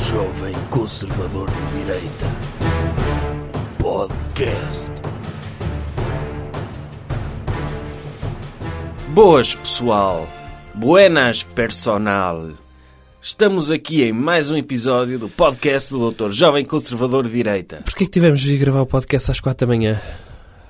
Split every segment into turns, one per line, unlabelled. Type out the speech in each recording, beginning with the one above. Jovem Conservador de Direita. Podcast.
Boas, pessoal. Buenas, personal. Estamos aqui em mais um episódio do podcast do Doutor Jovem Conservador de Direita.
Porquê que tivemos de ir gravar o podcast às quatro da manhã?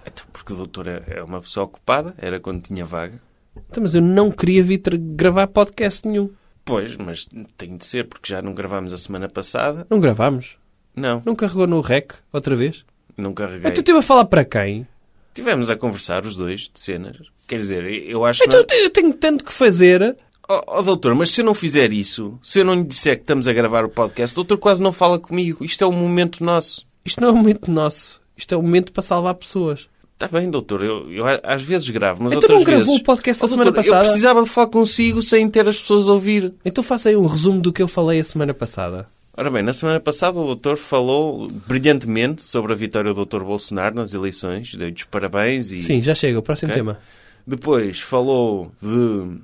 Então, Porque o doutor é é uma pessoa ocupada, era quando tinha vaga.
Então, mas eu não queria vir tra- gravar podcast nenhum.
Pois, mas tem de ser, porque já não gravámos a semana passada.
Não gravámos.
Não,
Não carregou no rec outra vez.
não carreguei.
Então estive a falar para quem?
Tivemos a conversar os dois de cenas. Quer dizer, eu acho que.
Então eu te- eu tenho tanto que fazer.
Oh, oh, doutor, mas se eu não fizer isso, se eu não lhe disser que estamos a gravar o podcast, o doutor quase não fala comigo. Isto é um momento nosso.
Isto não é um momento nosso. Isto é um momento para salvar pessoas.
Está Tá bem, doutor, eu, eu a- às vezes gravo, mas
Então
outras
não gravou
vezes...
o podcast a
doutor,
semana passada?
Eu precisava de falar consigo sem ter as pessoas a ouvir.
Então faça aí um resumo do que eu falei a semana passada.
Ora bem, na semana passada o doutor falou brilhantemente sobre a vitória do doutor Bolsonaro nas eleições. Dei-lhes parabéns e...
Sim, já chega. O próximo
Ok.
tema.
Depois falou de...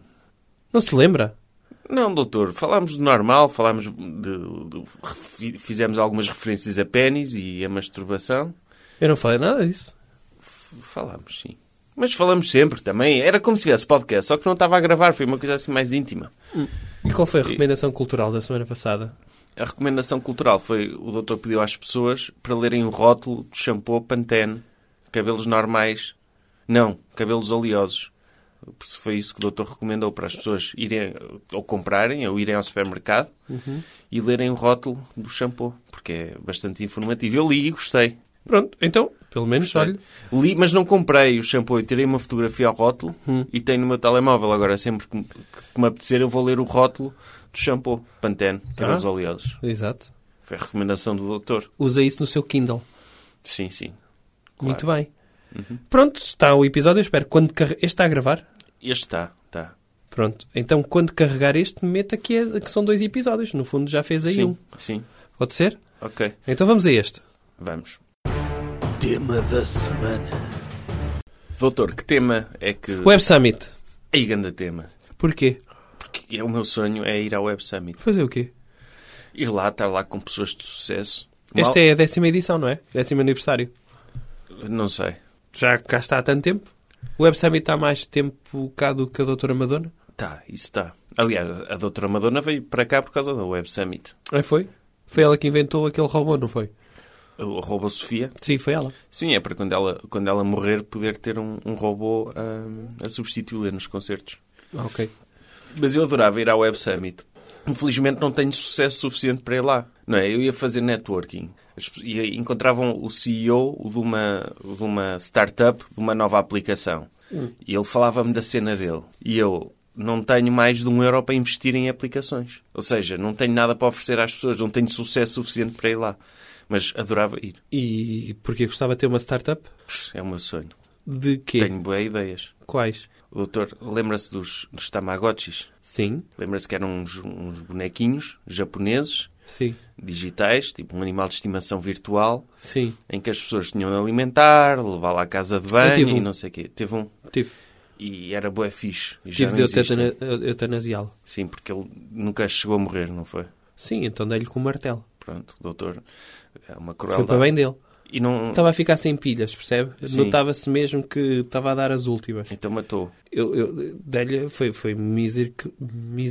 Não se lembra?
Não, doutor, falámos do normal, falámos de... de- refi- Fizemos algumas referências a pênis e a masturbação.
Eu não falei nada disso.
Falámos, sim. Mas falamos sempre também. Era como se tivesse podcast, só que não estava a gravar. Foi uma coisa assim mais íntima.
E qual foi a recomendação cultural da semana passada?
A recomendação cultural foi o doutor pediu às pessoas para lerem o rótulo do shampoo Pantene. Cabelos normais. Não, cabelos oleosos. Se Foi isso que o doutor recomendou para as pessoas irem ou comprarem ou irem ao supermercado e lerem o rótulo do shampoo, porque é bastante informativo. Eu li e gostei.
Pronto, então, pelo menos, olha,
Li, mas não comprei o shampoo. Eu tirei uma fotografia ao rótulo
Hum.
e tenho no meu telemóvel. Agora, sempre que me, que me apetecer, eu vou ler o rótulo do shampoo Pantene, cabelos
Ah.
oleosos.
Exato.
Foi a recomendação do doutor.
Usa isso no seu Kindle.
Sim, sim.
Muito bem.
Uhum.
Pronto, está o episódio. Eu espero que quando carre- este está a gravar.
Este está, está.
Pronto, então quando carregar este, meta que, é- que são dois episódios. No fundo já fez aí um.
Sim, sim.
Pode ser?
Ok,
Então vamos a este.
vamos.
Tema da semana.
Doutor, que tema é que...
Web Summit.
Aí, grande tema.
Porquê?
Porque é o meu sonho é ir ao Web Summit.
Fazer o quê?
Ir lá, estar lá com pessoas de sucesso.
Esta é a décima edição, não é? Décimo aniversário.
é... Não sei.
Já cá está há tanto tempo. O Web Summit está há mais tempo cá do que a doutora Madonna.
Tá, isso está. Aliás, a doutora Madonna veio para cá por causa do Web Summit.
Aí é? foi? Foi ela que inventou aquele robô, não foi?
O robô Sofia.
Sim, foi ela.
Sim, é para quando ela, quando ela morrer poder ter um, um robô hum, a substituí-la nos concertos.
Ah, ok.
Mas eu adorava ir ao Web Summit. Infelizmente não tenho sucesso suficiente para ir lá. Não é? Eu ia fazer networking. As pe- E encontravam o CEO de uma, de uma startup, de uma nova aplicação. E ele falava-me da cena dele. E eu não tenho mais de um euro para investir em aplicações. Ou seja, não tenho nada para oferecer às pessoas. Não tenho sucesso suficiente para ir lá. Mas adorava ir.
E porquê gostava de ter uma startup?
É o meu sonho.
De quê?
Tenho boas ideias.
Quais?
O doutor, lembra-se dos, dos Tamagotchis?
Sim,
Lembra-se que eram uns- uns bonequinhos japoneses
sim,
digitais, tipo um animal de estimação virtual,
sim.
em que as pessoas tinham de alimentar, levá-lo à casa de banho
tive
e
um.
não sei o quê. Teve um.
Tive,
E era bué fixe. E já
tive
não é?
de
existe.
eutana- eutanasiá-lo.
Sim, porque ele nunca chegou a morrer, não foi?
Sim, então dei-lhe com o martelo.
Pronto, doutor, é uma
Foi para
crueldade.
bem Então- dele.
E não...
Estava a ficar sem pilhas, percebe?
Hum. Sim.
Notava-se mesmo que estava a dar as últimas.
Então matou.
Eu, eu dei-lhe, foi, foi miseric-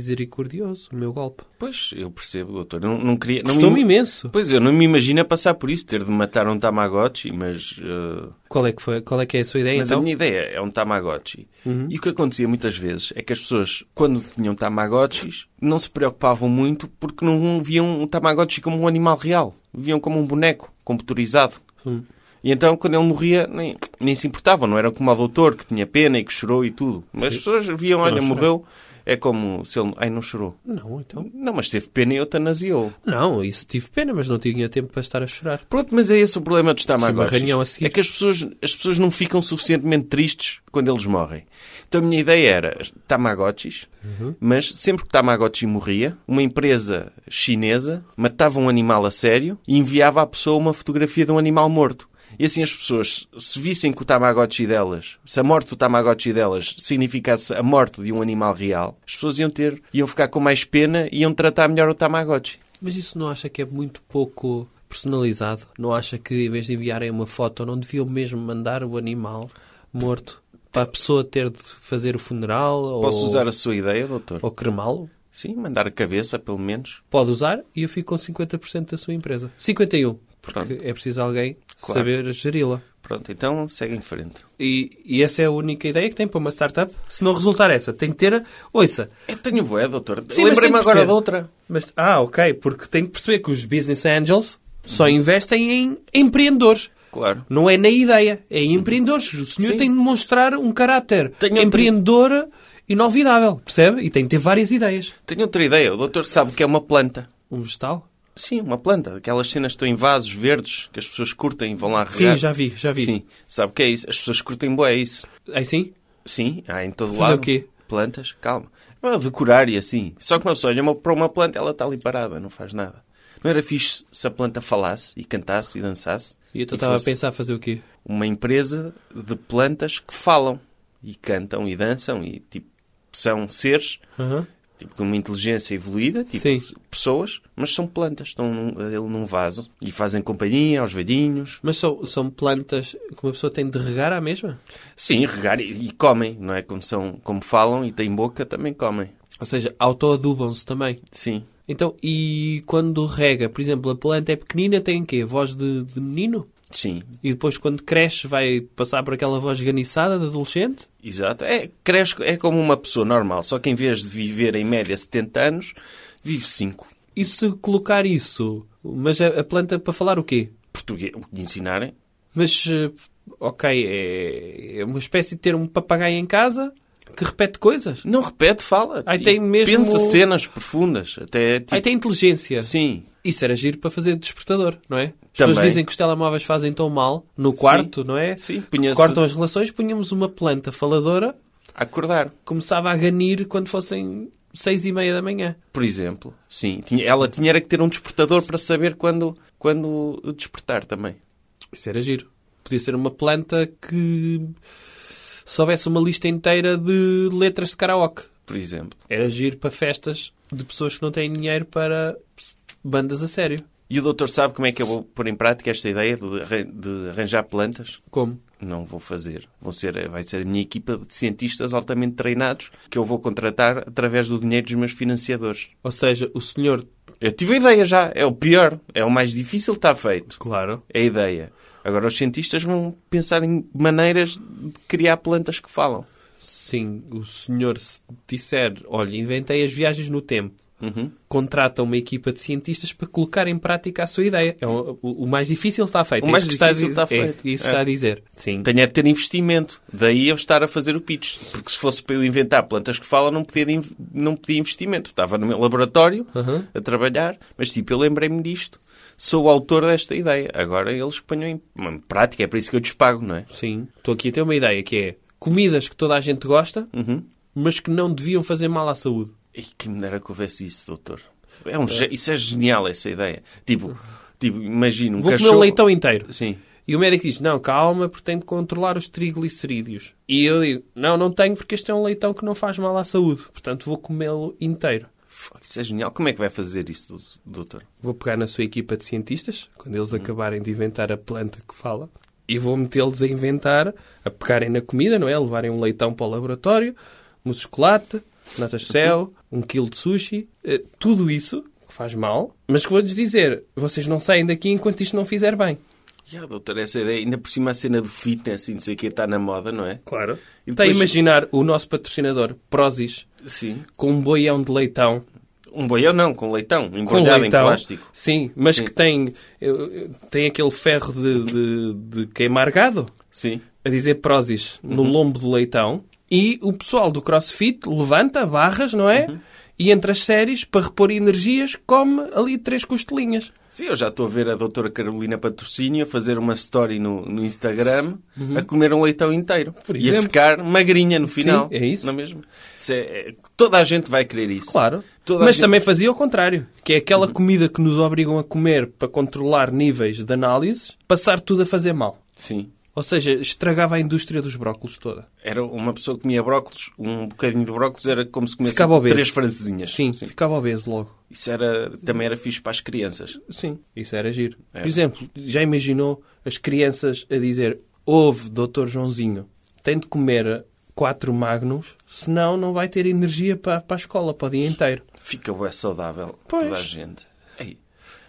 misericordioso o meu golpe.
Pois, eu percebo, doutor. Não, não queria... não
Custou-me
me-
imenso.
Pois, eu não me imagino a passar por isso, ter de matar um Tamagotchi, mas... eh,
Qual é que, foi, qual é, que é a sua ideia,
Mas a
então?
minha ideia é um Tamagotchi. E o que acontecia muitas vezes é que as pessoas, quando tinham Tamagotchis, não se preocupavam muito porque não viam o Tamagotchi como um animal real. Viam como um boneco computurizado.
Hum.
E então, quando ele morria, nem, nem se importavam. Não era como o doutor, que tinha pena e que chorou e tudo. Mas as pessoas viam, olha,
chorei.
morreu. É como se ele... Ai, não chorou.
Não, então.
Não, mas teve pena e eutanasiou.
Não, isso tive pena, mas não tinha tempo para estar a chorar.
Pronto, mas é esse o problema dos
Sim, uma
Tamagotchis.
reunião assim. a seguir.
É que as pessoas, as pessoas não ficam suficientemente tristes quando eles morrem. Então a minha ideia era Tamagotchis,
Uhum.
mas sempre que Tamagotchi morria, uma empresa chinesa matava um animal a sério e enviava à pessoa uma fotografia de um animal morto. E assim as pessoas, se vissem que o Tamagotchi delas, se a morte do Tamagotchi delas significasse a morte de um animal real, as pessoas iam ter, iam ficar com mais pena e iam tratar melhor o Tamagotchi.
Mas isso não acha que é muito pouco personalizado? Não acha que em vez de enviarem uma foto, não deviam mesmo mandar o animal morto para a pessoa ter de fazer o funeral
Posso
ou,
usar a sua ideia, doutor?
ou cremá-lo?
Sim, mandar a cabeça, pelo menos.
Pode usar e eu fico com 50% da sua empresa. 51%. Porque
Pronto.
é preciso alguém
Claro.
saber geri-la.
Pronto, então segue em frente.
E, e essa é a única ideia que tem para uma startup. Se não resultar essa, tem que ter. a- Ouça.
Eu tenho boé, doutor.
Sim, mas
Lembrei-me
tem que
agora
ser.
de outra.
Mas, ah, ok, porque tem que perceber que os business angels só investem em empreendedores.
Claro.
Não é na ideia, é em empreendedores. O senhor
Sim.
tem de demonstrar um caráter
Tenho outra-
empreendedor e novidável, percebe? E tem de ter várias ideias.
Tenho outra ideia. O doutor sabe que é uma planta.
Um vegetal?
Sim, uma planta. Aquelas cenas que estão em vasos verdes que as pessoas curtem e vão lá regar.
Sim, já vi, já vi. assim?
Sim, sabe o que é isso? As pessoas curtem boé, é isso.
Aí sim?
Sim, há em todo
Fazer
lado.
o quê?
Plantas, calma. Ah, Decorar e assim. Só que uma pessoa olha para uma planta ela está ali parada, não faz nada. Não era fixe se a planta falasse e cantasse e dançasse?
E eu estava a
fosse
pensar fazer o quê?
Uma empresa de plantas que falam e cantam e dançam e tipo são seres
Aham.
tipo com uma inteligência evoluída, tipo
Sim.
pessoas, mas são plantas, estão num, ele num vaso e fazem companhia aos velhinhos.
Mas são, são plantas que uma pessoa tem de regar à mesma?
Sim, regar e, e comem, não é? Como são, como falam e têm boca também comem.
Ou seja, autoadubam-se também.
Sim.
Então, e quando rega, por exemplo, a planta é pequenina, tem quê? Voz de, de menino?
Sim,
E depois, quando cresce, vai passar por aquela voz ganiçada de adolescente?
Exato. É, cresce, é como uma pessoa normal, só que em vez de viver em média 70 anos, vive 5.
E se colocar isso? Mas a, a planta para falar o quê?
Português, o que lhe ensinarem.
Mas, eh, ok, é, é uma espécie de ter um papagaio em casa que repete coisas.
Não repete, fala.
Aí
E
tem mesmo-
Pensa cenas profundas. Até tipo,
Aí tem inteligência.
Sim,
Isso era giro para fazer despertador, não é? As
Também.
pessoas dizem que os telemóveis fazem tão mal no quarto, não é?
Sim, punha-se-
Cortam as relações, punhamos uma planta faladora,
a acordar.
começava a ganir quando fossem seis e meia da manhã.
Por exemplo, sim. Tinha- ela tinha era que ter um despertador para saber quando, quando despertar também.
Isso era giro. Podia ser uma planta que soubesse uma lista inteira de letras de karaoke.
Por exemplo.
Era giro para festas de pessoas que não têm dinheiro para ps, bandas a sério.
E o doutor sabe como é que eu vou pôr em prática esta ideia de arran- de arranjar plantas?
Como?
Não vou fazer. Vão ser, vai ser a minha equipa de cientistas altamente treinados que eu vou contratar através do dinheiro dos meus financiadores.
Ou seja, o senhor,
Eu tive a ideia já. É o pior. É o mais difícil, está feito.
claro,
É a ideia. Agora os cientistas vão pensar em maneiras de criar plantas que falam.
sim, o senhor se disser, olha, inventei as viagens no tempo.
Uhum.
Contrata uma equipa de cientistas para colocar em prática a sua ideia. É o, o- o mais difícil está feito.
O
É
mais
isso que está a
difícil
dizer.
está
É,
feito.
isso
É.
está a dizer. Sim.
Tenho é de ter investimento. Daí eu estar a fazer o pitch. Porque se fosse para eu inventar plantas que falam, não podia, de inv- não podia investimento. Estava no meu laboratório
Uhum.
a trabalhar, mas tipo, eu lembrei-me disto. Sou o autor desta ideia. Agora eles ponham em em prática. É para isso que eu despago, não é?
Sim. Estou aqui a ter uma ideia que é comidas que toda a gente gosta,
Uhum.
mas que não deviam fazer mal à saúde.
E que me dera que houvesse isso, doutor. É um ge- Isso é genial, essa ideia. Tipo, tipo imagina um
Uhum. Vou
cachorro...
comer um leitão inteiro.
Sim.
E o médico diz, não, calma, porque tenho de controlar os triglicerídeos. E eu digo, não, não tenho porque este é um leitão que não faz mal à saúde. Portanto, vou comê-lo inteiro.
Fuck, Isso é genial. Como é que vai fazer isso, doutor?
Vou pegar na sua equipa de cientistas, quando eles acabarem de inventar a planta que fala, e vou metê-los a inventar, a pegarem na comida, não é? A levarem um leitão para o laboratório, um chocolate, notas de céu, um quilo de sushi, eh, tudo isso que faz mal, mas que vou-lhes dizer, vocês não saem daqui enquanto isto não fizer bem.
Já, doutor, essa ideia, ainda por cima a cena do fitness e não sei o que está na moda, não é?
Claro.
E
Está a
depois-
imaginar o nosso patrocinador, Prozis,
Sim.
com um boião de leitão
Um boião não, com leitão,
com
embrulhado
leitão.
em plástico.
Sim, mas
Sim.
que tem, eh, tem aquele ferro de, de, de queimar gado,
Sim.
a dizer prósis, no
Uhum.
lombo do leitão. E o pessoal do crossfit levanta barras, não
Uhum.
é? E entre as séries, para repor energias, come ali três costelinhas.
Sim, eu já estou a ver a doutora Carolina Patrocínio a fazer uma story no, no Instagram a comer um leitão inteiro.
Por
e a
exemplo.
ficar magrinha no final.
é isso.
Não é mesmo? Isso é- é- toda a gente vai querer isso.
Claro.
Toda a
Mas
gente- Uhum.
também fazia o contrário, que é aquela comida que nos obrigam a comer para controlar níveis de análises, passar tudo a fazer mal.
Sim.
Ou seja, estragava a indústria dos brócolos toda.
Era uma pessoa que comia brócolos, um bocadinho de brócolos era como se comesse
Ficava obeso.
três francesinhas.
Sim, ficava obeso logo.
Isso era, também era fixe para as crianças.
Sim, isso era giro.
Era.
Por exemplo, já imaginou as crianças a dizer ouve, doutor Joãozinho, tem de comer quatro magnos, senão não vai ter energia para, para a escola, para o dia inteiro.
Fica bem saudável
Pois.
toda a gente. Ei,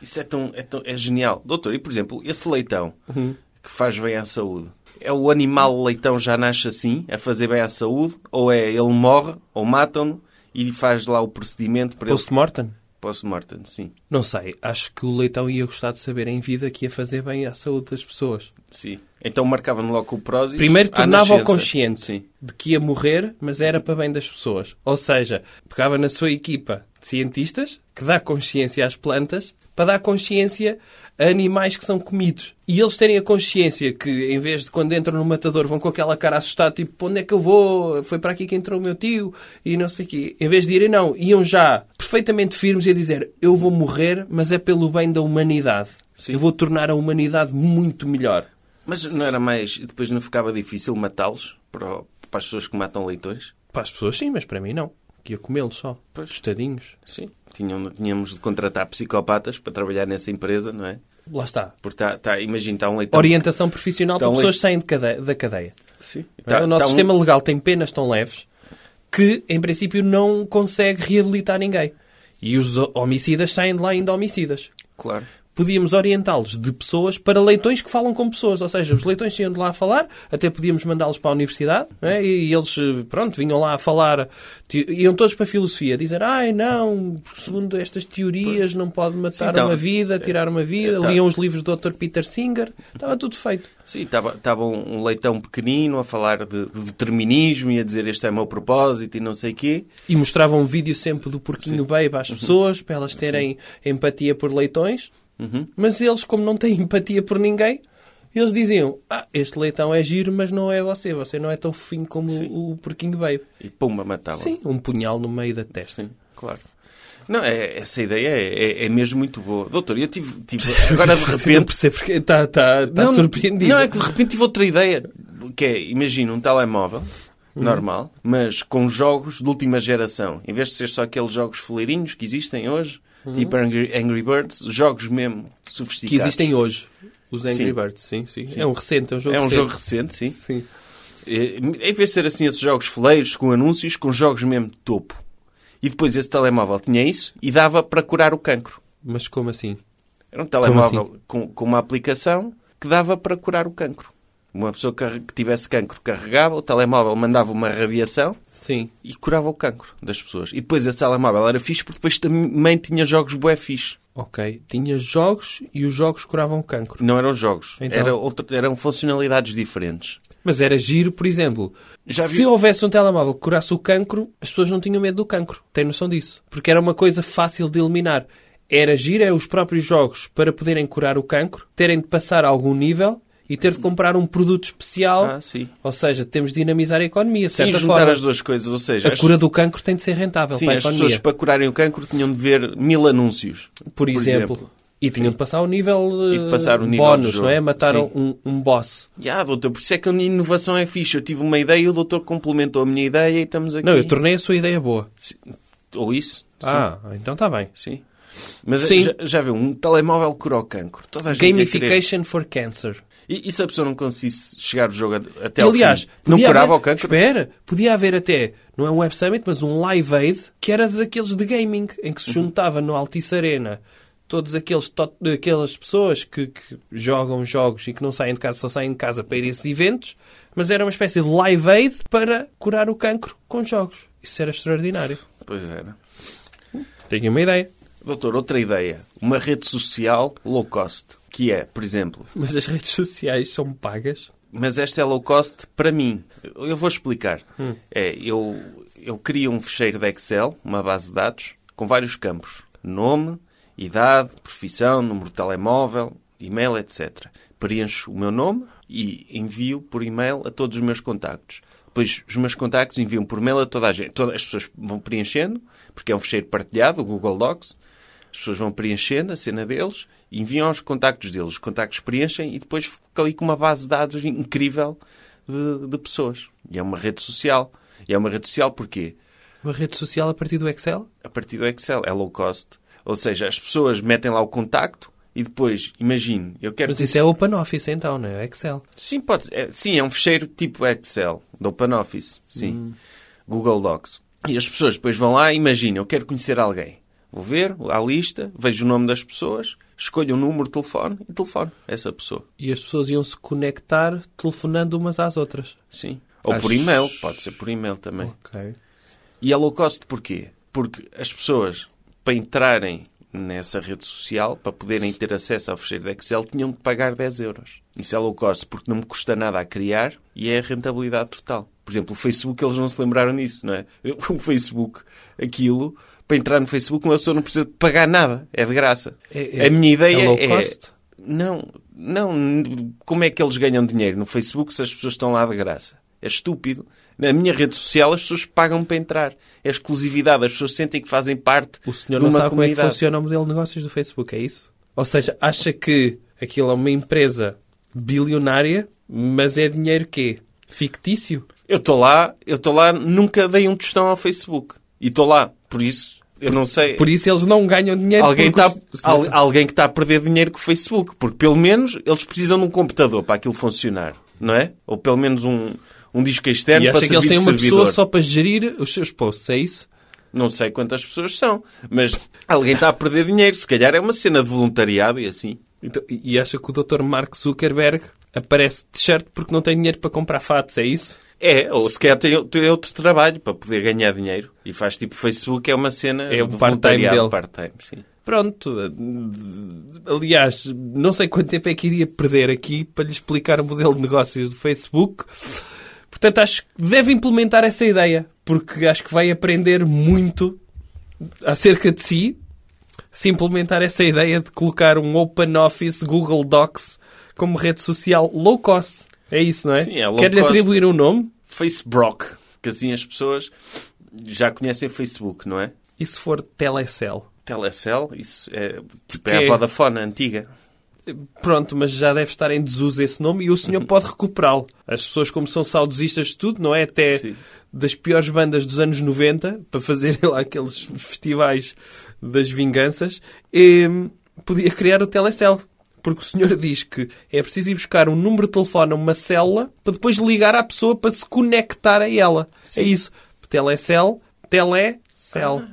isso é tão, é tão é genial. Doutor, e por exemplo, esse leitão
Uhum.
que faz bem à saúde, é o animal leitão já nasce assim, a fazer bem à saúde, ou é ele morre, ou matam-no, e faz lá o procedimento para ele...
Post-mortem?
Post-mortem, sim.
Não sei, acho que o leitão ia gostar de saber em vida que ia fazer bem à saúde das pessoas.
sim. Então marcava-me logo o prósis.
Primeiro
à
tornava-o
nascença.
consciente
Sim.
de que ia morrer, mas era para bem das pessoas. Ou seja, pegava na sua equipa de cientistas, que dá consciência às plantas, para dar consciência a animais que são comidos. E eles terem a consciência que, em vez de quando entram no matador, vão com aquela cara assustada, tipo, "Para onde é que eu vou? Foi para aqui que entrou o meu tio? E não sei o quê. Em vez de irem, não. Iam já perfeitamente firmes e a dizer, eu vou morrer, mas é pelo bem da humanidade.
Sim.
Eu vou tornar a humanidade muito melhor.
Mas não era mais... Depois não ficava difícil matá-los para, o- para as pessoas que matam leitões?
Para as pessoas sim, mas para mim não. Que ia comê-los só.
Pois.
Tostadinhos.
Sim. Tinham, tínhamos de contratar psicopatas para trabalhar nessa empresa, não é?
Lá está.
Porque tá, tá, imagina, está um leitão.
Orientação profissional
Então,
para pessoas que saem de cade- da cadeia.
Sim.
Não é?
Tá-
o nosso
tá um-
sistema legal tem penas tão leves que, em princípio, não consegue reabilitar ninguém. E os ho- homicidas saem de lá ainda homicidas.
Claro.
Podíamos orientá-los de pessoas para leitões que falam com pessoas. Ou seja, os leitões saíam de lá a falar, até podíamos mandá-los para a universidade, não é? e eles, eh, pronto, vinham lá a falar, ti- iam todos para a filosofia, dizer, ai não, porque segundo estas teorias não pode matar
Sim, tá.
uma vida, tirar uma vida,
É, tá.
liam os livros do Dr. Peter Singer, estava tudo feito.
Sim, estava um um leitão pequenino a falar de, de determinismo e a dizer este é o meu propósito e não sei quê.
E mostravam um vídeo sempre do porquinho baby
Uhum.
às pessoas, para elas terem empatia por leitões.
Uhum.
Mas eles, como não têm empatia por ninguém, eles diziam, ah, este leitão é giro, mas não é você. Você não é tão fofinho como
Sim.
o porquinho baby.
E pumba, matava.
Sim, um punhal no meio da testa.
Sim, claro. Não, é- essa ideia é, é- é mesmo muito boa. Doutor, eu tive, tive agora de
Não
repente
percebo porque está tá, tá
Não,
surpreendido.
Não, é que de repente tive outra ideia. Que é, imagina um telemóvel, normal, mas com jogos de última geração. Em vez de ser só aqueles jogos foleirinhos que existem hoje, tipo Angry, Angry Birds, jogos mesmo
que
sofisticados.
existem hoje. Os Angry
Sim.
Birds, sim, sim, É um recente, é um jogo
É um
recente.
jogo recente, sim.
Sim.
Eh, Em vez de ser assim esses jogos foleiros, com anúncios, com jogos mesmo de topo. E depois esse telemóvel tinha isso e dava para curar o cancro.
Mas como assim?
Era um telemóvel com, com uma aplicação que dava para curar o cancro. Uma pessoa que, que tivesse cancro carregava, o telemóvel mandava uma radiação
Sim.
e curava o cancro das pessoas. E depois esse telemóvel era fixe porque depois também tinha jogos bué fixe.
Ok. Tinha jogos e os jogos curavam cancro.
Não eram jogos,
Então?
era outro- eram funcionalidades diferentes.
Mas era giro, por exemplo.
Já vi-
Se houvesse um telemóvel que curasse o cancro, as pessoas não tinham medo do cancro. Tem noção disso? Porque era uma coisa fácil de eliminar. Era giro, é os próprios jogos para poderem curar o cancro, terem de passar a algum nível e ter de comprar um produto especial.
Ah, sim.
Ou seja, temos de dinamizar a economia, de
Sim,
certa
juntar
forma.
as duas coisas, ou seja,
A
as-
cura do cancro tem de ser rentável
sim,
para a
as pessoas
economia.
para curarem o cancro tinham de ver mil anúncios.
por exemplo. E tinham de passar o nível,
E de passar o
eh,
nível do
bónus,
jogo.
não é? Matar
Sim.
um, um boss.
Ya, doutor, por isso é que a inovação é fixe. Eu tive uma ideia e o doutor complementou a minha ideia e estamos aqui.
Não, eu tornei a sua ideia boa.
Sim. Ou isso?
Ah, então
tá
está bem.
Sim. Mas
Sim.
Já, já viu, um telemóvel cura o cancro. Toda a gente ia querer.
Gamification for Cancer.
E, e se a pessoa não conseguisse chegar o jogo ad- até
E, aliás,
ao fim? Não
podia
curava
haver,
o cancro?
Espera, podia haver até, não é um Web Summit, mas um Live Aid, que era daqueles de gaming, em que se juntava no Altice Arena todas aqueles to- aquelas pessoas que, que jogam jogos e que não saem de casa, só saem de casa para ir a esses eventos, mas era uma espécie de Live Aid para curar o cancro com jogos. Isso era extraordinário.
Pois era.
Tenho uma ideia.
Doutor, outra ideia. Uma rede social low cost. Que é, por exemplo,
Mas as redes sociais são pagas.
mas esta é low cost para mim. Eu vou explicar. É, eu, eu crio um fecheiro de Excel, uma base de dados, com vários campos. Nome, idade, profissão, número de telemóvel, e-mail, etc. Preencho o meu nome e envio por e-mail a todos os meus contactos. Depois, os meus contactos enviam por e-mail a toda a gente. Todas as pessoas vão preenchendo, porque é um fecheiro partilhado, o Google Docs. As pessoas vão preenchendo a cena deles e enviam os contactos deles. Os contactos preenchem e depois fica ali com uma base de dados incrível de, de pessoas. E é uma rede social. E é uma rede social porquê?
Uma rede social a partir do Excel?
a partir do Excel. É low cost. Ou seja, as pessoas metem lá o contacto e depois, imagine, eu quero...
Mas
que
isso é Open Office então, não é? Excel.
Sim, pode é, Sim, é um fecheiro tipo Excel, do OpenOffice. Sim. Google Docs. E as pessoas depois vão lá, imagina, eu quero conhecer alguém. Vou ver a lista, vejo o nome das pessoas, escolho o número de telefone e telefono essa pessoa.
E as pessoas iam-se conectar telefonando umas às outras.
Sim. Ou por
Acho-
e-mail, pode ser por e-mail também.
Ok.
E é low cost porquê? Porque as pessoas, para entrarem nessa rede social, para poderem ter acesso ao fecheiro de Excel, tinham de pagar 10 euros. Isso é low cost, porque não me custa nada a criar e é a rentabilidade total. Por exemplo, o Facebook, eles não se lembraram disso, não é? O Facebook, aquilo, para entrar no Facebook, uma pessoa não precisa de pagar nada, é de graça.
É- é-
a minha ideia
é low cost?
Não, não, n- como é que eles ganham dinheiro no Facebook se as pessoas estão lá de graça? É estúpido. Na minha rede social as pessoas pagam para entrar. É exclusividade, as pessoas sentem que fazem parte
O senhor
de
não
uma
sabe como é que
comunidade.
funciona o modelo de negócios do Facebook, é isso? Ou seja, acha que aquilo é uma empresa bilionária, mas é dinheiro quê? Fictício?
Eu estou lá, eu estou lá, nunca dei um tostão ao Facebook. E estou lá, por isso, eu não sei.
Por isso eles não ganham dinheiro.
Alguém,
porque
tá,
o se- o senhor
al-
tá-
alguém que está a perder dinheiro com o Facebook, porque pelo menos eles precisam de um computador para aquilo funcionar, não é? Ou pelo menos um, um disco externo
E
para
acha que eles
servir
têm
de
uma
servidor.
pessoa só para gerir os seus posts, é isso?
Não sei quantas pessoas são, mas alguém está a perder dinheiro. Se calhar é uma cena de voluntariado e assim.
Então, e e acha que o Dr. Mark Zuckerberg aparece de t-shirt porque não tem dinheiro para comprar fatos, é isso?
É, ou se calhar tem, tem outro trabalho para poder ganhar dinheiro. E faz tipo Facebook, é uma cena
É um
de
part-time
voluntariado,
dele.
part-time, sim.
Pronto. Aliás, não sei quanto tempo é que iria perder aqui para lhe explicar o modelo de negócios do Facebook. Portanto, acho que deve implementar essa ideia, porque acho que vai aprender muito acerca de si se implementar essa ideia de colocar um Open Office Google Docs como rede social low cost. É isso, não é?
Sim, é low
Quer-lhe
cost.
atribuir um nome?
Facebook, que assim as pessoas já conhecem Facebook, não é?
E se for Telecel?
Telecel, isso é tipo
Que
é
é-
a Vodafone antiga.
Pronto, mas já deve estar em desuso esse nome e o senhor pode recuperá-lo. As pessoas, como são saudosistas de tudo, não é? Até
Sim.
das piores bandas dos anos 90, para fazerem lá aqueles festivais das vinganças, eh, podia criar o Telecel. Porque o senhor diz que é preciso ir buscar um número de telefone a uma célula para depois ligar à pessoa para se conectar a ela. É isso. Telecel, telecel.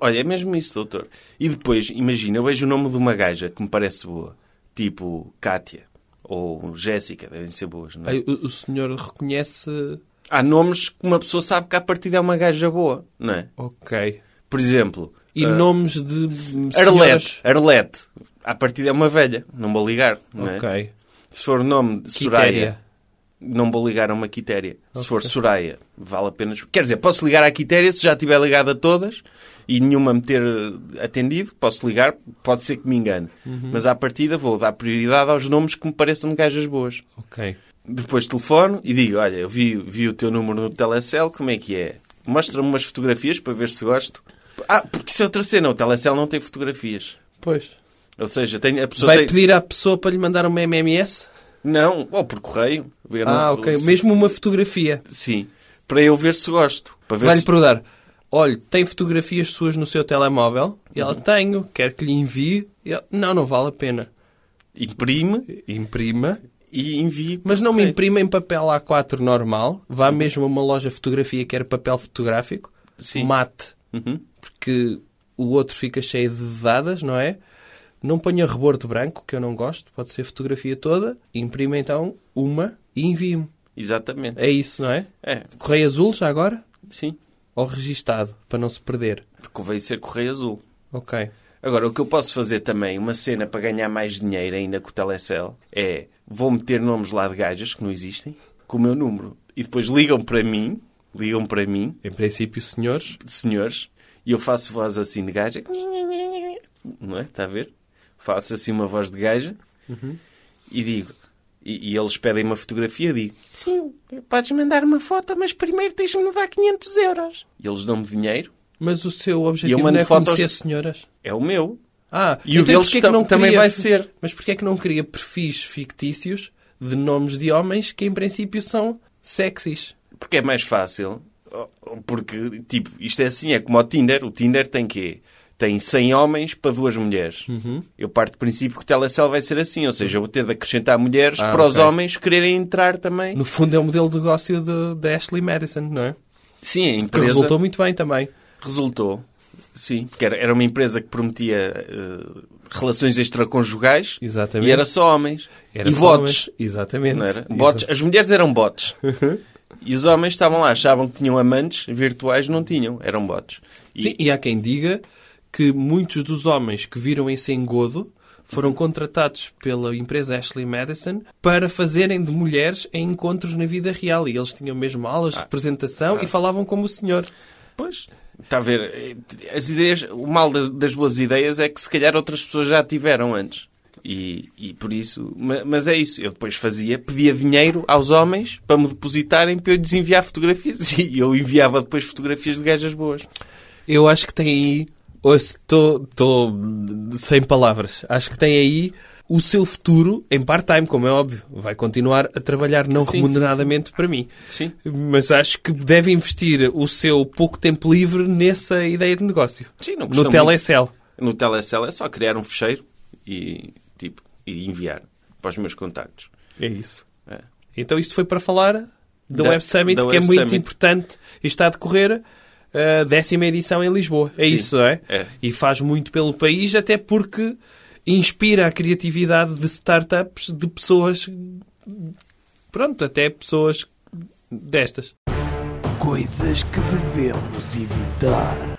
Olha, é mesmo isso, doutor. E depois, imagina, eu vejo o nome de uma gaja que me parece boa. Tipo Kátia ou Jéssica, devem ser boas, não é?
Aí o- o senhor reconhece.
Há nomes que uma pessoa sabe que à partida é uma gaja boa, não é?
Ok.
Por exemplo, uh,
E nomes de senhoras?
Arlete. Arlete. À partida é uma velha, não vou ligar, não é?
Ok.
Se for o nome de Soraya,
Quitéria.
não vou ligar a uma Quitéria. Se for Soraya, vale a pena... Quer dizer, posso ligar à Quitéria se já estiver ligada a todas e nenhuma me ter eh, atendido, posso ligar, pode ser que me engane.
Uhum.
Mas à partida vou dar prioridade aos nomes que me pareçam de gajas boas.
Ok.
Depois telefono e digo, olha, eu vi, vi o teu número no telecel, como é que é? Mostra-me umas fotografias para ver se gosto. Ah, porque isso é outra cena, o telecel não tem fotografias.
Pois.
Ou seja, tem, a pessoa
Vai
tem...
pedir à pessoa para lhe mandar uma MMS?
Não, ou por correio. Eu
ah,
não-
ok.
se-
Mesmo uma fotografia.
Sim, para eu ver se gosto. Para ver
Vai-lhe
se...
perguntar. Olha, tem fotografias suas no seu telemóvel? E ela,
Uhum.
tenho. Quer que lhe envie? E ela, não, não vale a pena.
Imprime
Imprima.
e envie.
Mas não me imprima em papel A4 normal. Vá
Uhum.
mesmo a uma loja de fotografia que era papel fotográfico.
Sim.
Mate.
Uhum.
Porque o outro fica cheio de dadas, não é? Não ponha rebordo branco, que eu não gosto. Pode ser fotografia toda. Imprima então uma e envie-me.
Exatamente.
É isso, não é?
É,
Correio azul já agora?
sim.
Ou registado, para não se perder.
Convém ser correio azul.
Ok.
Agora, o que eu posso fazer também, uma cena para ganhar mais dinheiro ainda com o Telecel, é vou meter nomes lá de gajas que não existem com o meu número. E depois ligam para mim, ligam para mim,
Em princípio, senhores.
senhores, e eu faço voz assim de gaja. Não é? Está a ver? Faço assim uma voz de gaja e digo. E, e eles pedem uma fotografia e digo: Sim, podes mandar uma foto, mas primeiro tens-me de dar 500 euros. E eles dão-me dinheiro,
Mas o seu objetivo
mando
não é
fotos-
conhecer senhoras.
é o meu.
Ah,
E o
então
deles
porque é que
tam-
não
também
queria-
vai ser.
Mas porquê é que não cria perfis fictícios de nomes de homens que em princípio são sexys?
Porque é mais fácil. Porque, tipo, isto é assim, é como o Tinder. O Tinder tem quê? Tem 100 homens para duas mulheres.
Uhum.
Eu parto do princípio que o telecel vai ser assim. Ou seja, eu vou ter de acrescentar mulheres
Ah,
para os
ok.
homens quererem entrar também.
No fundo é o modelo de negócio de- da Ashley Madison, não é?
Sim, a
Que
empresa...
resultou muito bem também.
Resultou. Sim, porque era, era uma empresa que prometia eh, relações extraconjugais
Exatamente.
e era só homens.
Era
e
só
votos.
homens. Uhum. Exatamente.
Não era?
Exa-
Bots. As mulheres eram bots. E os homens estavam lá, achavam que tinham amantes virtuais, não tinham, eram bots. E
Sim, e há quem diga que muitos dos homens que viram esse engodo foram contratados pela empresa Ashley Madison para fazerem de mulheres em encontros na vida real. E eles tinham mesmo aulas de
Ah.
representação e falavam como o senhor.
depois, está a ver, eh, as ideias, o mal das, das boas ideias é que se calhar outras pessoas já a tiveram antes. E, e por isso, ma- mas é isso. Eu depois fazia, pedia dinheiro aos homens para me depositarem para eu lhes enviar fotografias. E eu enviava depois fotografias de gajas boas.
Eu acho que tem aí. Estou sem palavras. Acho que tem aí o seu futuro em part-time, como é óbvio. Vai continuar a trabalhar não
Sim, sim,
remuneradamente para mim.
Sim.
Mas acho que deve investir o seu pouco tempo livre nessa ideia de negócio.
Sim, não custa
No
muito.
Telecel.
No telecel é só criar um fecheiro e, tipo, e enviar para os meus contactos.
É isso.
É.
Então isto foi para falar do
Da-
Web Summit,
da
que é
Web
muito
Summit.
importante e está a decorrer a décima edição em Lisboa. É
Sim.
isso, não é?
É.
E faz muito pelo país, até porque inspira a criatividade de startups, de pessoas... Pronto, até pessoas destas.
Coisas que devemos evitar.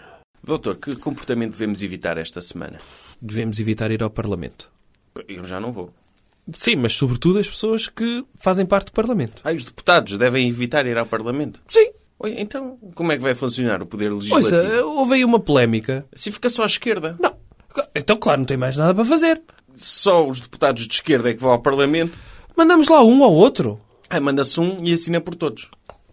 Doutor, que comportamento devemos evitar esta semana?
Devemos evitar ir ao Parlamento.
Eu já não vou.
Sim, mas sobretudo as pessoas que fazem parte do Parlamento.
Ah, e os deputados devem evitar ir ao Parlamento?
Sim,
Oi, então, como é que vai funcionar o poder
é,
legislativo?
ouça, houve aí uma polémica.
Assim fica só à esquerda.
Não, então claro, não tem mais nada para fazer.
Só os deputados de esquerda é que vão ao Parlamento.
Mandamos lá um ao outro.
Aí manda-se um e assina por todos.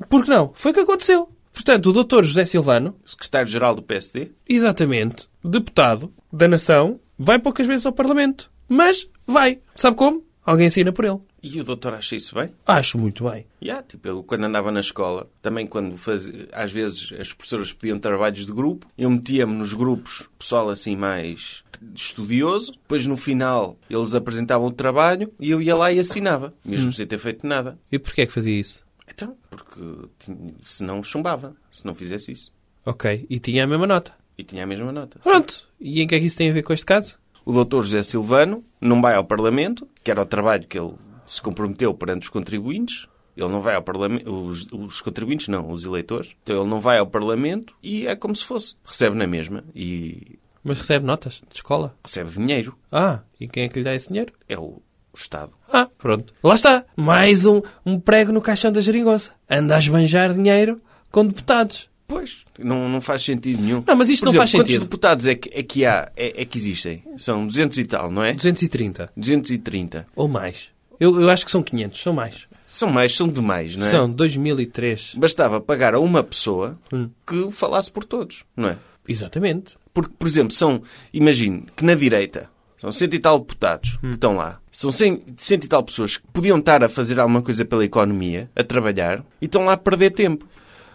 Por que não? Foi o que aconteceu. Portanto, o doutor José Silvano,
O secretário-geral do PSD.
exatamente, deputado da nação, vai poucas vezes ao Parlamento. Mas vai. Sabe como? Alguém assina por ele.
E o doutor acha isso bem?
Acho muito bem.
Yeah, tipo, eu quando andava na escola, também quando fazia, às vezes as professoras pediam trabalhos de grupo, eu metia-me nos grupos, pessoal assim mais estudioso, depois no final eles apresentavam o trabalho e eu ia lá e assinava, mesmo sem ter feito nada.
E porquê é que fazia isso?
Então, porque tinha- se não chumbava, se não fizesse isso.
Ok, e tinha a mesma nota.
E tinha a mesma nota.
Pronto. E em que é que isso tem a ver com este caso?
O doutor José Silvano não vai ao Parlamento, que era o trabalho que ele se comprometeu perante os contribuintes. Ele não vai ao Parlamento, os, os contribuintes não, os eleitores. Então ele não vai ao Parlamento e é como se fosse. Recebe na mesma e
Mas recebe notas de escola.
recebe dinheiro.
Ah, e quem é que lhe dá esse dinheiro?
É o Estado.
Ah, pronto. Lá está. Mais um, um prego no caixão da geringonça. Anda a esbanjar dinheiro com deputados.
Pois, não, não faz sentido nenhum.
Não, mas isto
Por
não
exemplo,
faz sentido.
Quantos deputados é que, é que há, é, é que existem? São 200 e tal, não é?
230.
230.
Ou mais. Eu, eu acho que são 500, são mais.
São mais, são demais, não é?
São 2003.
Bastava pagar a uma pessoa
Hum.
que falasse por todos, não é?
Exatamente.
Porque, por exemplo, são, imagine que na direita são cento e tal deputados que estão lá. São cem- cento e tal pessoas que podiam estar a fazer alguma coisa pela economia, a trabalhar, e estão lá a perder tempo,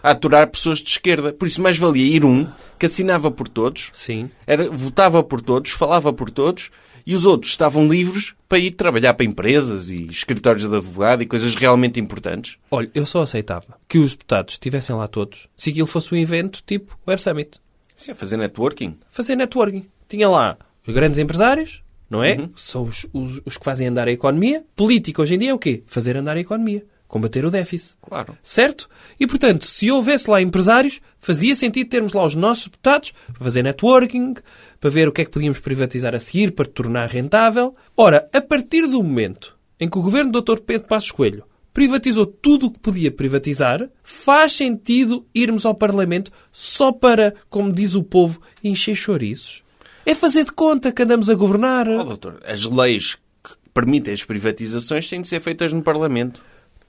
a aturar pessoas de esquerda. Por isso, mais valia ir um que assinava por todos,
Sim.
era, votava por todos, falava por todos, e os outros estavam livres para ir trabalhar para empresas e escritórios de advogado e coisas realmente importantes.
Olha, eu só aceitava que os deputados estivessem lá todos se aquilo fosse um evento tipo Web Summit.
Sim, a fazer networking.
Fazer networking. Tinha lá os grandes empresários, não é? São os, os, os que fazem andar a economia. Política hoje em dia é o quê? Fazer andar a economia. Combater o déficit.
Claro.
Certo? E, portanto, se houvesse lá empresários, fazia sentido termos lá os nossos deputados para fazer networking, para ver o que é que podíamos privatizar a seguir para tornar rentável. Ora, a partir do momento em que o governo do Dr. Pedro Passos Coelho privatizou tudo o que podia privatizar, faz sentido irmos ao Parlamento só para, como diz o povo, encher chouriços? É fazer de conta que andamos a governar?
Ó, doutor, as leis que permitem as privatizações têm de ser feitas no Parlamento.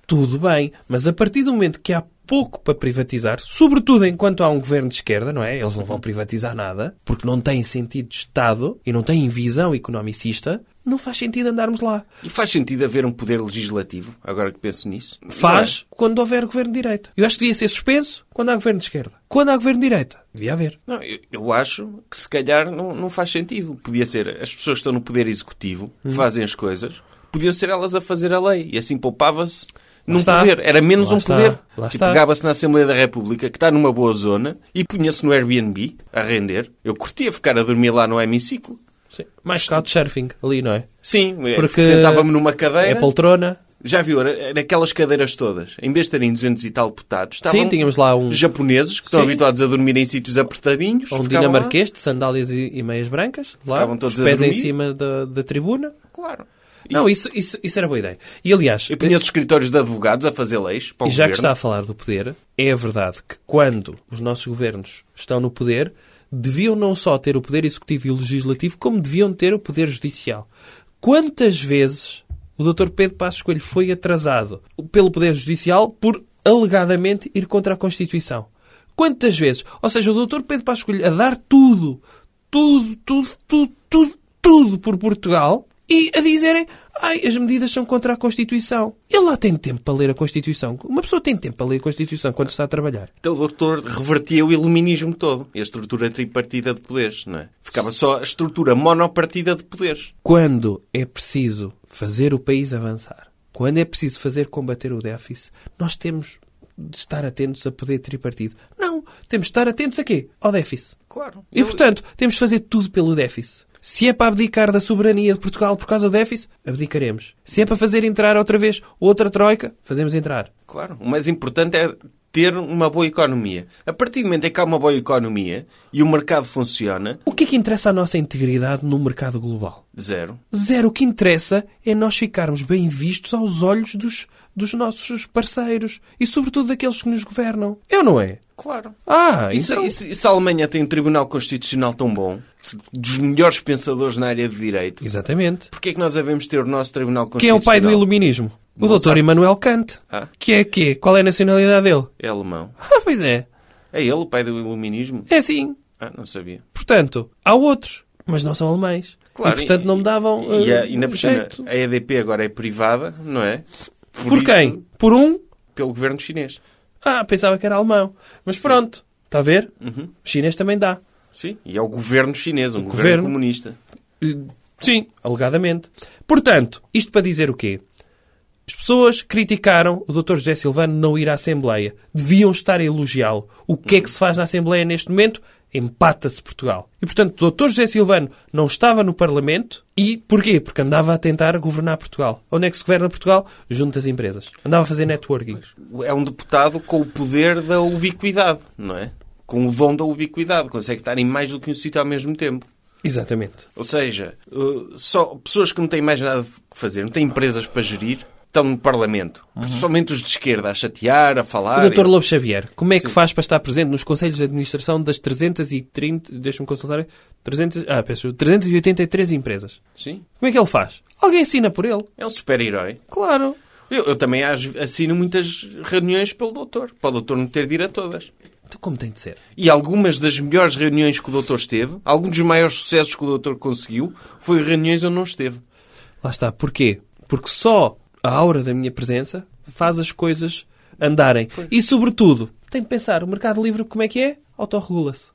Tudo bem, mas a partir do momento que há pouco para privatizar, sobretudo enquanto há um governo de esquerda, não é? Eles não vão privatizar nada, porque não têm sentido de Estado e não têm visão economicista, não faz sentido andarmos lá.
E faz sentido haver um poder legislativo, agora que penso nisso? é?
Faz quando houver governo de direita. Eu acho que devia ser suspenso quando há governo de esquerda. Quando há governo de direita, devia haver.
Não, eu, eu acho que se calhar não, não faz sentido. Podia ser as pessoas que estão no poder executivo,
Hum.
fazem as coisas, podiam ser elas a fazer a lei e assim poupava-se num
está.
poder. Era menos
Lá
um
está.
poder.
Lá
e
está.
pegava-se na Assembleia da República, que está numa boa zona, e punha-se no Airbnb a render. Eu curtia ficar a dormir lá no hemiciclo.
Mais couchsurfing ali, não é?
Sim, é,
Porque
sentava-me numa
É
cadeira.
poltrona.
Já viu, era- era aquelas cadeiras todas. Em vez de terem 200 e tal deputados, estavam
Sim, tínhamos lá um,
japoneses que estão
Sim.
habituados a dormir em sítios apertadinhos.
um
ficavam lá.
dinamarquês de sandálias e, e meias brancas, lá,
Ficavam todos
os pés
a
em
dormir.
cima da, da tribuna.
Claro. E-
Não, isso, isso, isso era boa ideia. E aliás,
Eu punha os escritórios de advogados a fazer leis para o
E já
governo.
que está a falar do poder, é verdade que quando os nossos governos estão no poder, deviam não só ter o poder executivo e o legislativo, como deviam ter o poder judicial. Quantas vezes o Dr. Pedro Passos Coelho foi atrasado pelo poder judicial por alegadamente ir contra a Constituição? Quantas vezes? Ou seja, o Dr. Pedro Passos Coelho a dar tudo, tudo, tudo, tudo, tudo, tudo por Portugal e a dizerem ai, as medidas são contra a Constituição. Ele lá tem tempo para ler a Constituição. Uma pessoa tem tempo para ler a Constituição quando está a trabalhar.
Então o doutor revertia o iluminismo todo. E a estrutura tripartida de poderes, não é? Ficava só a estrutura monopartida de poderes.
Quando é preciso fazer o país avançar, quando é preciso fazer combater o déficit, nós temos de estar atentos a poder tripartido. Não, temos de estar atentos a quê? Ao déficit.
Claro.
E, portanto, temos de fazer tudo pelo déficit. Se é para abdicar da soberania de Portugal por causa do déficit, abdicaremos. Se é para fazer entrar outra vez outra troika, fazemos entrar.
Claro. O mais importante é ter uma boa economia. A partir do momento em que há uma boa economia e o mercado funciona,
O que é que interessa à nossa integridade no mercado global?
zero.
Zero. O que interessa é nós ficarmos bem vistos aos olhos dos, dos nossos parceiros e, sobretudo, daqueles que nos governam. Eu não é?
Claro.
Ah,
E se,
então...
e se- e se a Alemanha tem um tribunal constitucional tão bom, dos melhores pensadores na área de direito,
Exatamente.
porquê é que nós devemos ter o nosso tribunal
Quem é
constitucional?
o pai do iluminismo? O doutor
Mozart.
Immanuel Kant.
Ah.
Que é quê? Qual é a nacionalidade dele?
É alemão.
Ah, pois é.
É ele o pai do iluminismo?
É assim.
Ah, não sabia.
Portanto, há outros, mas não são alemães.
Claro,
e, portanto, não me davam
E,
eh,
a, e na por cima,
jeito.
a EDP agora é privada, não é?
Por,
isso,
quem? Por um?
Pelo governo chinês.
Ah, pensava que era alemão. Mas pronto, está a ver?
Uhum.
Chinês também dá.
Sim. E é o governo chinês, um governo,
governo.
comunista.
Eh, Sim, alegadamente. Portanto, isto para dizer o quê? As pessoas criticaram o Dr. José Silvano não ir à Assembleia. Deviam estar a elogiá-lo. O que é que se faz na Assembleia neste momento? Empata-se Portugal. E, portanto, o Dr. José Silvano não estava no Parlamento. E porquê? Porque andava a tentar governar Portugal. Onde é que se governa Portugal? Junto às empresas. Andava a fazer networking.
É um deputado com o poder da ubiquidade, não é? Com o dom da ubiquidade. Consegue estar em mais do que um sítio ao mesmo tempo.
Exatamente.
Ou seja, eh, só pessoas que não têm mais nada que fazer, não têm empresas para gerir, estão no Parlamento. Principalmente os de esquerda, a chatear, a falar.
Uhum. O Dr. Lobo Xavier, como é que faz para estar presente nos conselhos de administração das 330, deixa-me consultar, 300, ah, peço, 383 empresas?
Sim.
Como é que ele faz? Alguém assina por ele?
É um super-herói.
Claro.
Eu, eu também as- assino muitas reuniões pelo doutor, para o doutor não ter de ir a todas.
Então como tem de ser?
E algumas das melhores reuniões que o doutor esteve, alguns dos maiores sucessos que o doutor conseguiu, foi reuniões onde não esteve.
Lá está. Porquê? Porque só a aura da minha presença faz as coisas andarem. E, sobretudo, tem de pensar, o mercado livre como é que é? Autorregula-se.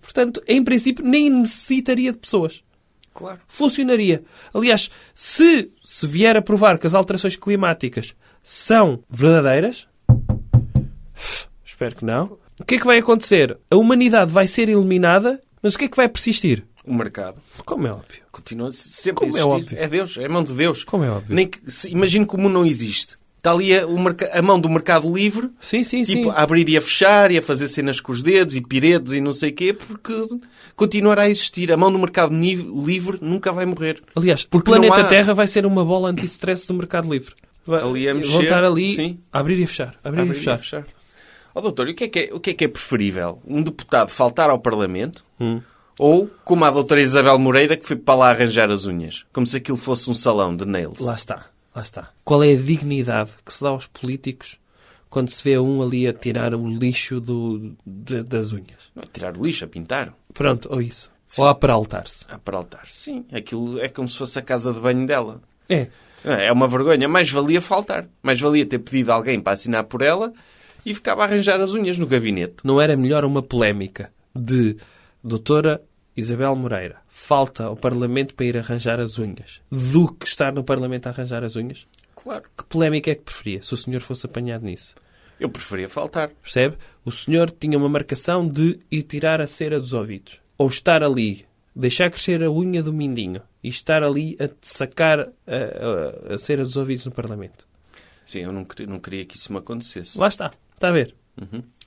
Portanto, em princípio, nem necessitaria de pessoas.
Claro.
funcionaria. Aliás, se se vier a provar que as alterações climáticas são verdadeiras, espero que não, o que é que vai acontecer? A humanidade vai ser eliminada, mas o que é que vai persistir?
O mercado
Como é óbvio.
continua sempre
Como é
a existir.
óbvio.
É Deus, é a mão de Deus.
Como é óbvio.
Nem que, se, imagino como não existe. Está ali a, o merca- a mão do mercado livre
Sim, sim, sim.
tipo, a abrir e a fechar e a fazer cenas com os dedos e piredes e não sei o quê, porque continuará a existir. A mão do mercado ni- livre nunca vai morrer.
Aliás, o
não
planeta
há-
Terra vai ser uma bola anti-stress do mercado livre. Vai-
Ali a mexer,
Vão estar ali
sim.
a abrir e a fechar. a abrir e a fechar.
Ó, doutor, e o que, é que é, o que é que é preferível? Um deputado faltar ao Parlamento
Hum.
ou como a doutora Isabel Moreira que foi para lá arranjar as unhas? Como se aquilo fosse um salão de nails.
Lá está, lá está. Qual é a dignidade que se dá aos políticos quando se vê um ali a tirar o lixo do, de- das unhas.
Não é tirar o lixo, a pintar. ah,
Pronto, ou isso. Ou a peraltar-se.
A peraltar. Sim, aquilo é como se fosse a casa de banho dela.
É.
É uma vergonha. Mais valia faltar. Mais valia ter pedido alguém para assinar por ela e ficava a arranjar as unhas no gabinete.
Não era melhor uma polémica de doutora Isabel Moreira falta ao Parlamento para ir arranjar as unhas do que estar no Parlamento a arranjar as unhas?
Claro.
Que polémica é que preferia se o senhor fosse apanhado nisso?
Eu preferia faltar.
Percebe? O senhor tinha uma marcação de ir tirar a cera dos ouvidos. Ou estar ali, deixar crescer a unha do mindinho e estar ali a sacar a, a- a cera dos ouvidos no Parlamento.
Sim, eu não queria, não queria que isso me acontecesse.
Lá está. Está a ver?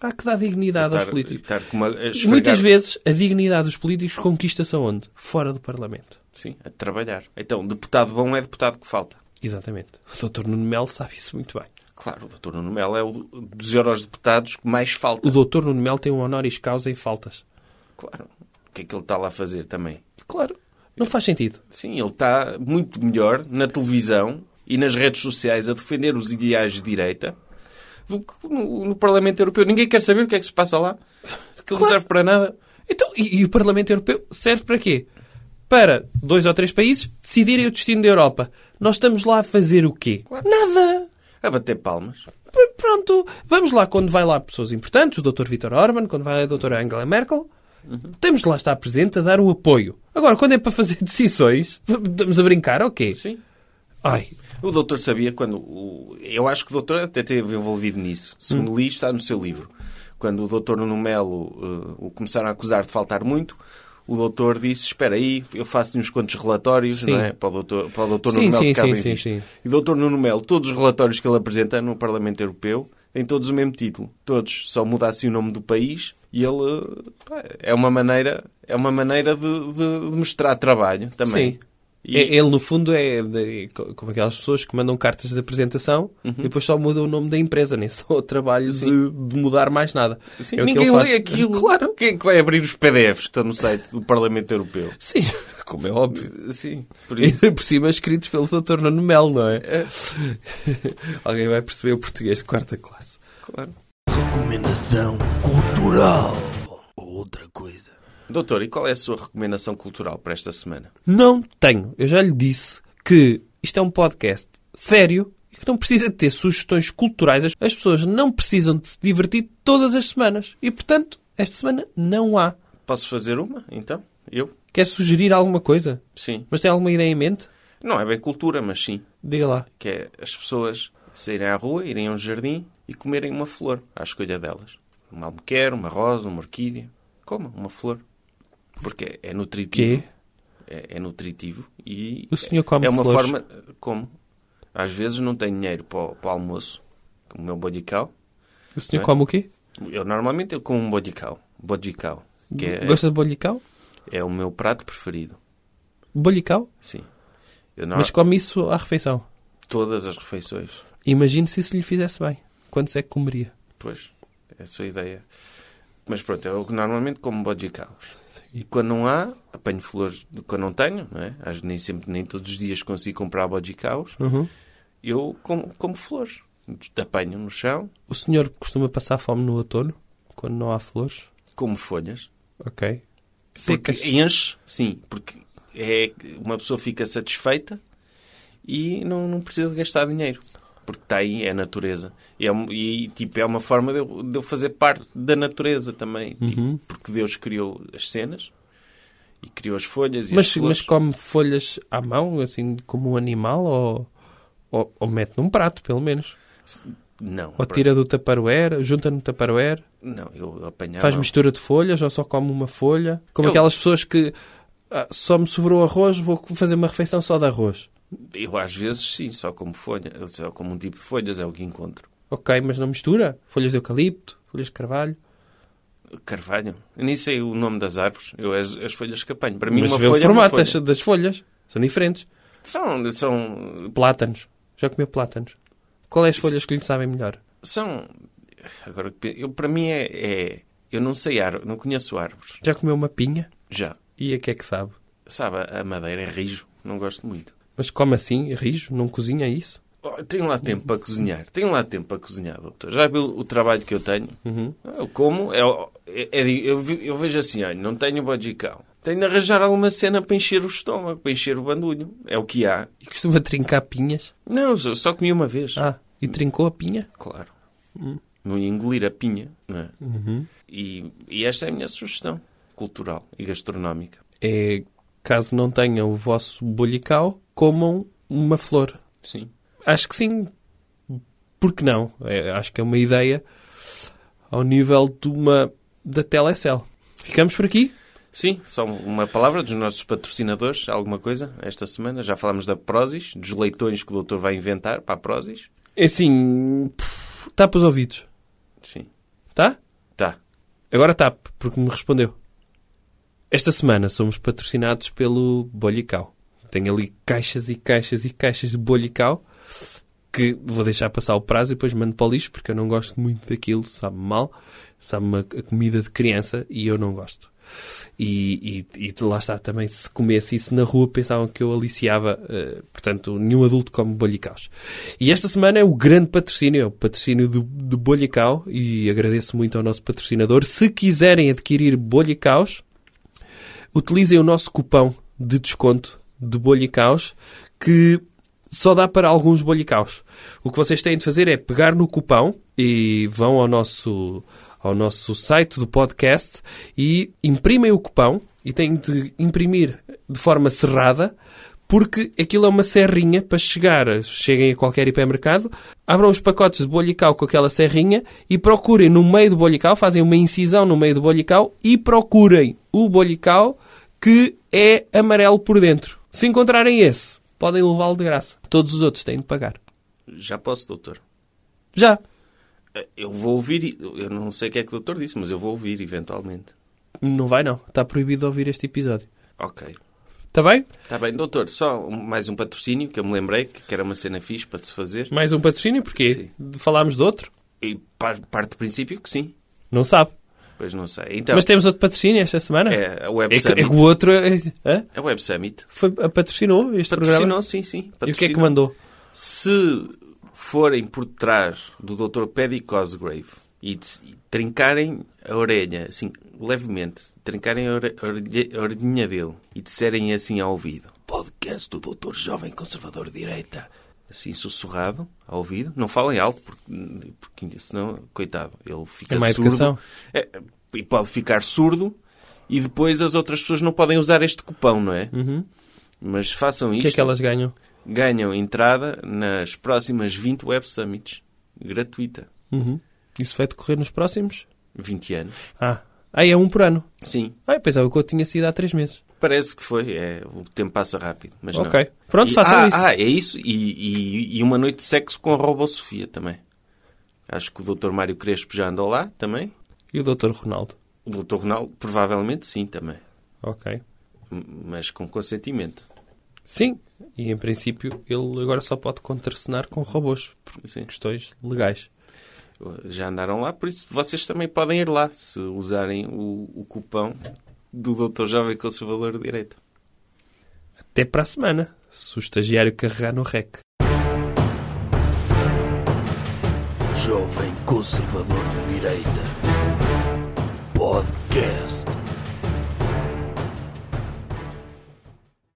Há que dar dignidade aos
Estar-
políticos.
estar com uma- a esfregar-
Muitas vezes a dignidade dos políticos conquista-se aonde? Fora do Parlamento.
Sim, a trabalhar. Então, deputado bom é deputado que falta.
Exatamente. O Dr. Nuno Melo sabe isso muito bem.
Claro, o doutor Nuno Melo é o dos eurodeputados que mais falta.
O Dr. Nuno Melo tem um honoris causa em faltas.
Claro. O que é que ele está lá a fazer também?
Claro. Não faz sentido.
Sim, ele está muito melhor na televisão e nas redes sociais a defender os ideais de direita do que no, no Parlamento Europeu. Ninguém quer saber o que é que se passa lá. Aquilo não
Claro.
serve para nada.
Então, e, e o Parlamento Europeu serve para quê? Para dois ou três países decidirem o destino da Europa. Nós estamos lá a fazer o quê? Nada!
A bater palmas.
P- Pronto, vamos lá quando vai lá pessoas importantes, o Dr. Vítor Orban, quando vai a Dra. Angela Merkel, temos de lá estar presente a dar o apoio. Agora, quando é para fazer decisões, estamos a brincar ou quê?
Sim.
Ai,
O doutor sabia quando. o- eu acho que o doutor até teve envolvido nisso. Se
Hum.
me li, está no seu livro. Quando o doutor Nuno Melo eh, o começaram a acusar de faltar muito, o doutor disse: Espera aí, eu faço-lhe uns quantos relatórios
Sim.
não é? para o doutor, para o doutor
Sim,
Nuno Melo
sim,
ficar
sim,
bem
sim,
visto."
sim.
E o doutor Nuno Melo, todos os relatórios que ele apresenta no Parlamento Europeu têm todos o mesmo título. Todos. Só muda assim o nome do país e ele. eh, pá, é uma maneira, é uma maneira de, de- de mostrar trabalho também.
Sim.
E-
É- ele no fundo é, de- como aquelas pessoas que mandam cartas de apresentação
Uhum.
e depois só mudam o nome da empresa, nem se dão ao trabalho de, de mudar mais nada.
Sim,
É o que
ninguém
ele faz.
lê aquilo.
Claro.
Quem é que vai abrir os PDFs que estão no site do Parlamento Europeu?
Sim, como é óbvio.
Sim, por
E
isso.
por cima escritos pelo Dr. Nuno Melo, não é? Alguém vai perceber o português de quarta classe.
Claro.
Recomendação cultural. Outra coisa.
Doutor, e qual é a sua recomendação cultural para esta semana?
Não tenho. Eu já lhe disse que isto é um podcast sério e que não precisa de ter sugestões culturais. As as pessoas não precisam de se divertir todas as semanas. E, portanto, esta semana não há.
Posso fazer uma, então? Eu?
Quer sugerir alguma coisa?
Sim.
Mas tem alguma ideia em mente?
Não é bem cultura, mas sim.
Diga lá.
Que é as pessoas saírem à rua, irem a um jardim e comerem uma flor à escolha delas. Uma almequer, uma rosa, uma orquídea. Coma uma flor. Porque é nutritivo.
Quê?
É, é nutritivo e
O senhor come
é uma
flores?
forma como às vezes não tenho dinheiro para o, para o almoço como o meu bodical
O senhor
Não é?
come o quê?
eu normalmente eu como um bodical bodical que é,
Gosta de bolhicau?
é o meu prato preferido
Bolhicau?
sim eu não
Mas come isso à refeição.
todas as refeições
Imagine se isso lhe fizesse bem. Quantos é que comeria?
pois essa é a ideia mas pronto eu normalmente como bodicaus e quando não há apanho flores quando não tenho não é? Às- nem sempre nem todos os dias consigo comprar bodicaus eu como, como flores apanho no chão
O senhor costuma passar fome no outono, quando não há flores?
como folhas
Ok.
Porque
Secas.
enche, sim, porque é que uma pessoa fica satisfeita e não, não precisa de gastar dinheiro. Porque está aí, é a natureza. E, é, um- e, tipo, é uma forma de eu, de eu fazer parte da natureza também. tipo,
Uhum.
porque Deus criou as cenas e criou as folhas e as
Mas,
flores.
mas come folhas à mão, assim, como um animal, ou, ou, ou mete num prato, pelo menos?
Não,
Ou tira do taparoeira, junta no taparoeira,
É não, eu apanhava.
faz mistura de folhas, ou só come uma folha? Como
Eu-
aquelas pessoas que "Ah, só me sobrou arroz, vou fazer uma refeição só de arroz.
Eu às vezes sim, só como folha, eu só como um tipo de folhas, é o que encontro.
Ok, mas não mistura? Folhas de eucalipto, folhas de carvalho.
Carvalho, eu nem sei o nome das árvores, eu as, as folhas que apanho. Para mim,
mas
uma
vê o
folha é uma
formato
folha.
das, das folhas. São diferentes.
São, são
Plátanos. Já comeu plátanos? Qual é as folhas que lhe sabem melhor?
São. Agora, que pe- eu, para mim é, é- Eu não sei árvore, não conheço árvores.
Já comeu uma pinha?
Já.
E a que é que sabe?
Sabe, a a madeira é rijo, não gosto muito.
Mas come assim, rijo, não cozinha isso?
"Oh, Tenho lá tempo para cozinhar. Tenho lá tempo para cozinhar, doutor. Já viu o trabalho que eu tenho? Eu como. é- é- é- eu, vi- eu vejo assim, olha, não tenho bodicão. Tenho de arranjar alguma cena para encher o estômago, para encher o bandulho. É o que há.
E costuma trincar pinhas.
Não, só, só comi uma vez.
Ah, e trincou a pinha?
Claro. Não ia engolir a pinha, não é? E, e esta é a minha sugestão cultural e gastronómica.
É, caso não tenham o vosso bolical, comam uma flor.
Sim.
Acho que sim. Porque não? É, acho que é uma ideia ao nível de uma da Telecel. Ficamos por aqui?
Sim, só uma palavra dos nossos patrocinadores, alguma coisa, esta semana. Já falámos da Prozis, dos leitões que o doutor vai inventar para a Prozis.
É Assim, pff, tapa os ouvidos,
Sim.
tá?
Tá.
Agora tape, porque me respondeu. Esta semana somos patrocinados pelo Bolhical. Tenho ali caixas e caixas e caixas de Bolhical que vou deixar passar o prazo e depois mando para o lixo porque eu não gosto muito daquilo, sabe mal, sabe uma a comida de criança e eu não gosto. E, e, e lá está também, se comesse isso na rua, pensavam que eu aliciava. eh, portanto, nenhum adulto come bolhicaus. E esta semana é o grande patrocínio, é o patrocínio do, do bolhicau. E agradeço muito ao nosso patrocinador. Se quiserem adquirir bolhicaus, utilizem o nosso cupão de desconto de bolhicaus que só dá para alguns bolhicaus. O que vocês têm de fazer é pegar no cupão e vão ao nosso ao nosso site do podcast e imprimem o cupão e têm de imprimir de forma cerrada porque aquilo é uma serrinha para chegar, cheguem a qualquer hipermercado, abram os pacotes de bolhical com aquela serrinha e procurem no meio do bolhical, fazem uma incisão no meio do bolhical e procurem o bolhical que é amarelo por dentro. Se encontrarem esse, podem levá-lo de graça. Todos os outros têm de pagar.
Já posso, doutor.
Já.
Eh, Eu vou ouvir, e- eu não sei o que é que o doutor disse, mas eu vou ouvir eventualmente.
Não vai não. Está proibido ouvir este episódio.
Ok.
Está bem?
Está bem, doutor, só um- mais um patrocínio que eu me lembrei que era uma cena fixe para se fazer.
Mais um patrocínio, porque falámos de outro.
E par- parte do princípio que sim,
Não sabe.
pois não sei. Então,
Mas temos outro patrocínio esta semana.
é a Web
É que, é que o
Summit.
outro é- hã?
A Web Summit.
Foi, eh, patrocinou este programa.
Patrocinou, sim, sim.
E o que é que
patrocinou.
mandou?
Se forem por trás do Dr. Paddy Cosgrave e de- e trincarem a orelha, assim, levemente, trincarem a ore- a orelha- a orelhinha dele e disserem assim ao ouvido,
Podcast do Doutor Jovem Conservador de Direita.
assim, sussurrado ao ouvido, não falem alto, porque, porque senão, coitado, ele fica
É má
surdo.
educação.
É, e pode ficar surdo e depois as outras pessoas não podem usar este cupão, não é? Mas façam
Uhum. O
isto.
que é que elas ganham?
ganham entrada nas próximas 20 Web Summits. Gratuita.
Isso vai decorrer nos próximos?
20 anos.
Ah, ah é um por ano.
Sim.
Ah, eu pensava que eu tinha sido há três meses.
Parece que foi. É, o tempo passa rápido. Mas não.
Ok. Pronto,
E-
façam
ah,
isso.
Ah, é isso. E, e- e uma noite de sexo com a Robô Sofia também. Acho que o Dr. Mário Crespo já andou lá também.
E o Dr. Ronaldo?
O Dr. Ronaldo provavelmente sim também.
Ok.
M- Mas com consentimento.
Sim, e em princípio ele agora só pode contracenar com robôs, por
Sim.
questões legais.
Já andaram lá, por isso vocês também podem ir lá se usarem o, o cupão do Dr. Jovem Conservador de Direita.
Até para a semana, se o estagiário carregar no REC.
Jovem Conservador de Direita. Podcast.